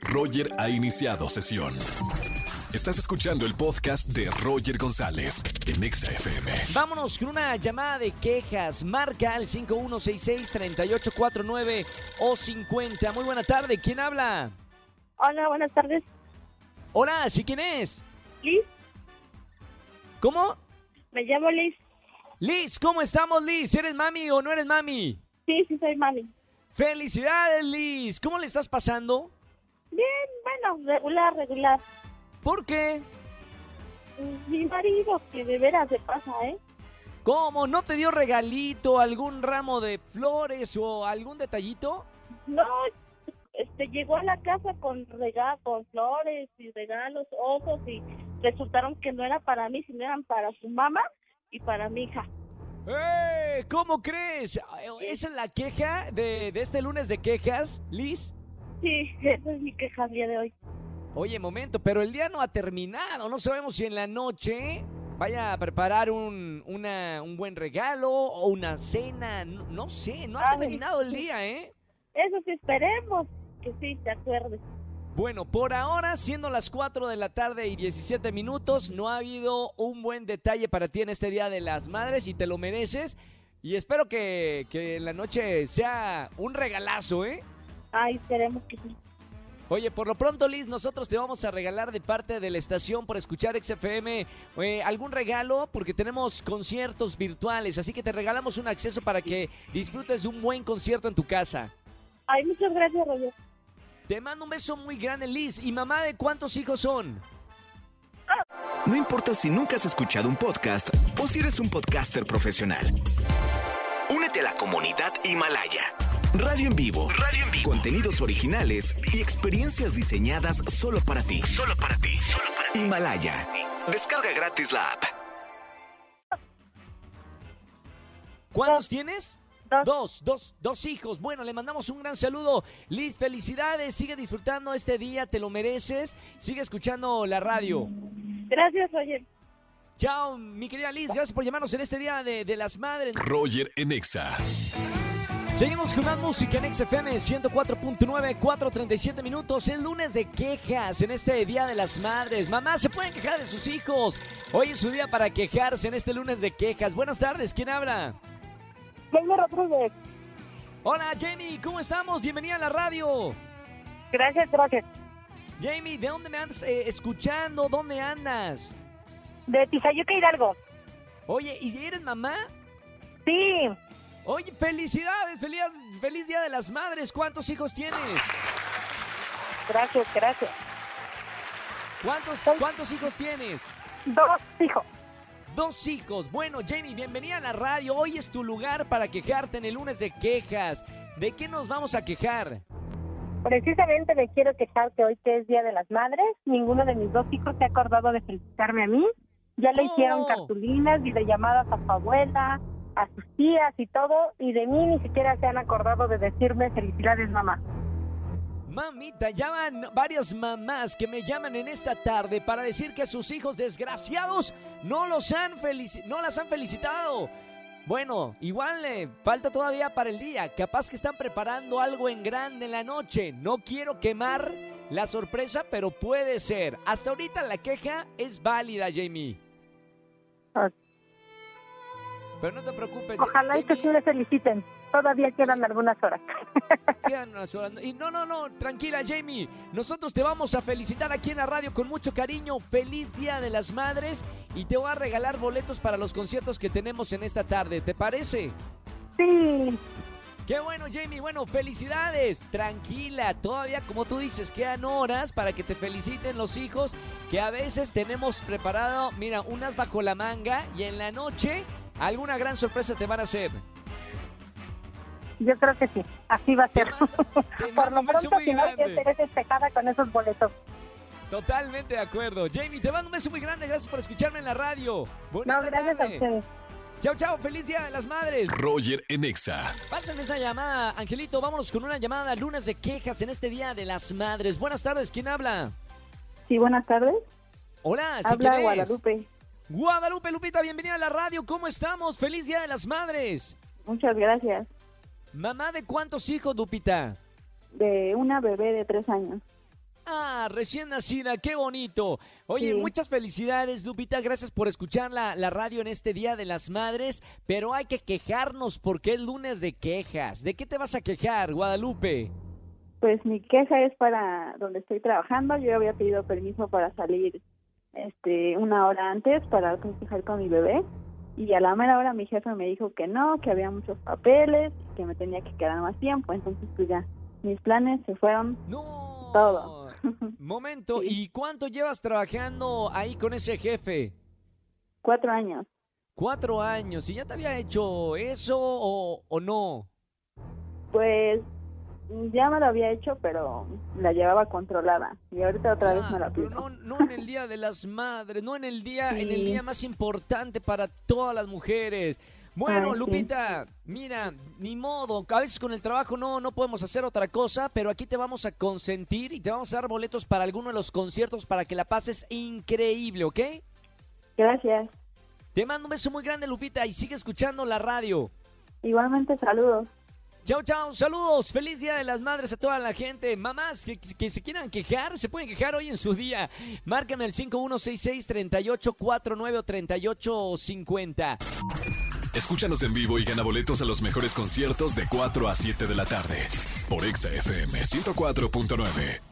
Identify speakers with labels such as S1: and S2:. S1: Roger ha iniciado sesión. Estás escuchando el podcast de Roger González en Exa FM.
S2: Vámonos con una llamada de quejas. Marca al 5166-3849 o 50. Muy buena tarde. ¿Quién habla?
S3: Hola, buenas tardes.
S2: Hola, ¿sí quién es?
S3: Liz,
S2: ¿Cómo?
S3: me llamo Liz.
S2: Liz, ¿cómo estamos, Liz? ¿Eres mami o no eres mami?
S3: Sí, sí, soy mami.
S2: ¡Felicidades, Liz! ¿Cómo le estás pasando?
S3: Bien, bueno, regular, regular.
S2: ¿Por qué?
S3: Mi marido, que de veras se pasa, ¿eh?
S2: ¿Cómo? ¿No te dio regalito, algún ramo de flores o algún detallito?
S3: No, este, llegó a la casa con rega con flores y regalos, ojos, y resultaron que no era para mí, sino eran para su mamá y para mi hija.
S2: ¡Eh! ¿Cómo crees? ¿Esa es la queja de, de este lunes de quejas, Liz?
S3: Sí, esa es mi queja el día de hoy.
S2: Oye, momento, pero el día no ha terminado. No sabemos si en la noche vaya a preparar un, una- un buen regalo o una cena. No, no sé, no ha
S3: Ay,
S2: terminado el
S3: sí.
S2: día, ¿eh?
S3: Eso sí, esperemos que sí, te acuerdes.
S2: Bueno, por ahora, siendo las 4 de la tarde y 17 minutos, no ha habido un buen detalle para ti en este Día de las Madres y te lo mereces. Y espero que, que en la noche sea un regalazo, ¿eh?
S3: Ay, esperemos que sí.
S2: Oye, por lo pronto, Liz, nosotros te vamos a regalar de parte de la estación por escuchar XFM eh, algún regalo porque tenemos conciertos virtuales, así que te regalamos un acceso para que disfrutes de un buen concierto en tu casa.
S3: Ay, muchas gracias, Roger.
S2: Te mando un beso muy grande, Liz. ¿Y mamá de cuántos hijos son?
S4: No importa si nunca has escuchado un podcast o si eres un podcaster profesional. Únete a la comunidad Himalaya. Radio en vivo. Radio en vivo. Contenidos originales y experiencias diseñadas solo para ti. Solo para ti. Solo para ti. Himalaya. Descarga gratis la app.
S2: ¿Cuántos
S3: Dos.
S2: tienes?
S3: Dos.
S2: Dos, dos, dos hijos. Bueno, le mandamos un gran saludo. Liz, felicidades. Sigue disfrutando este día, te lo mereces. Sigue escuchando la radio.
S3: Gracias, Roger.
S2: Chao, mi querida Liz. Gracias por llamarnos en este Día de, de las Madres.
S1: Roger en Exa.
S2: Seguimos con más música en XFM 104.9, 4.37 minutos. El lunes de quejas en este Día de las Madres. Mamá, se pueden quejar de sus hijos. Hoy es su día para quejarse en este lunes de quejas. Buenas tardes, ¿quién habla?
S3: Vengo Rodríguez.
S2: Hola, Jamie, ¿cómo estamos? Bienvenida a la radio.
S3: Gracias, Roger.
S2: Jamie, ¿de dónde me andas eh, escuchando? ¿Dónde andas?
S3: De Tizayuca Hidalgo.
S2: Oye, ¿y eres mamá?
S3: Sí,
S2: Oye, felicidades, feliz, feliz Día de las Madres. ¿Cuántos hijos tienes?
S3: gracias, gracias.
S2: ¿Cuántos, cuántos hijos tienes?
S3: Dos hijos.
S2: Dos hijos. Bueno, Jamie, bienvenida a la radio. Hoy es tu lugar para quejarte en el lunes de quejas. ¿De qué nos vamos a quejar?
S3: Precisamente me quiero quejar que hoy que es Día de las Madres, ninguno de mis dos hijos se ha acordado de felicitarme a mí. Ya le
S2: Oh.
S3: hicieron cartulinas, videollamadas a su abuela, a sus tías y todo, y de mí ni siquiera se han acordado de decirme felicidades, mamá.
S2: Mamita, llaman varias mamás que me llaman en esta tarde para decir que sus hijos desgraciados no los han felici- no las han felicitado. Bueno, igual le falta todavía para el día. Capaz que están preparando algo en grande en la noche. No quiero quemar la sorpresa, pero puede ser. Hasta ahorita la queja es válida, Jamie.
S3: Ah.
S2: Pero no te preocupes. Ja-
S3: Ojalá y que sí
S2: Jamie,
S3: me feliciten. Todavía quedan algunas horas.
S2: quedan unas horas. Y no, no, no, tranquila, Jamie. Nosotros te vamos a felicitar aquí en la radio con mucho cariño. Feliz Día de las Madres y te voy a regalar boletos para los conciertos que tenemos en esta tarde. ¿Te parece?
S3: Sí,
S2: Qué bueno, Jamie. Bueno, felicidades. Tranquila, todavía, como tú dices, quedan horas para que te feliciten los hijos que a veces tenemos preparado, mira, unas bajo la manga y en la noche alguna gran sorpresa te van a hacer.
S3: yo creo que sí. Así va a
S2: Te
S3: ser.
S2: mando- te
S3: Por
S2: mando
S3: lo
S2: un beso
S3: pronto,
S2: muy
S3: si no,
S2: grande.
S3: seré despejada con esos boletos.
S2: Totalmente de acuerdo. Jamie, te mando un beso muy grande. Gracias por escucharme en la radio. Buena
S3: No, gracias a
S2: tarde.
S3: ustedes.
S2: Chao, chao. Feliz Día de las Madres.
S1: Roger en Exa.
S2: Pásame esa llamada, Angelito. Vámonos con una llamada lunes de quejas en este Día de las Madres. Buenas tardes. ¿Quién habla?
S5: Sí, buenas tardes.
S2: Hola, si
S5: Habla
S2: quieres.
S5: Guadalupe.
S2: Guadalupe Lupita, bienvenida a la radio. ¿Cómo estamos? Feliz Día de las Madres.
S5: Muchas gracias.
S2: Mamá de cuántos hijos, Lupita?
S5: De una bebé de tres años.
S2: Ah, recién nacida, qué bonito. Oye,
S3: Sí.
S2: muchas felicidades, Lupita. Gracias por escuchar la, la radio en este Día de las Madres. Pero hay que quejarnos porque es lunes de quejas. ¿De qué te vas a quejar, Guadalupe?
S3: Pues mi queja es para donde estoy trabajando. Yo había pedido permiso para salir este una hora antes para aconsejar con mi bebé. Y a la mera hora mi jefe me dijo que no, que había muchos papeles, que me tenía que quedar más tiempo. Entonces, pues ya, mis planes se fueron.
S2: No.
S3: Todo.
S2: Momento,
S3: Sí.
S2: ¿y cuánto llevas trabajando ahí con ese jefe?
S3: Cuatro años.
S2: Cuatro años. ¿Y ya te había hecho eso o, o no?
S3: Pues ya me lo había hecho, pero la llevaba controlada. Y ahorita otra vez me la
S2: Claro, Ah, pero
S3: aplico.
S2: no, no en el día de las madres, no en el día, en el
S3: Sí.
S2: día más importante para todas las mujeres. Bueno,
S3: Ay, sí.
S2: Lupita, mira, ni modo, a veces con el trabajo no, no podemos hacer otra cosa, pero aquí te vamos a consentir y te vamos a dar boletos para alguno de los conciertos para que la pases increíble, ¿ok?
S3: Gracias.
S2: Te mando un beso muy grande, Lupita, y sigue escuchando la radio.
S3: Igualmente, saludos.
S2: Chao, chao, saludos, feliz día de las madres a toda la gente. Mamás que, que se quieran quejar, se pueden quejar hoy en su día. Márcame al 5166-3849 o 3850.
S4: Escúchanos en vivo y gana boletos a los mejores conciertos de 4 a 7 de la tarde por Exa FM 104.9.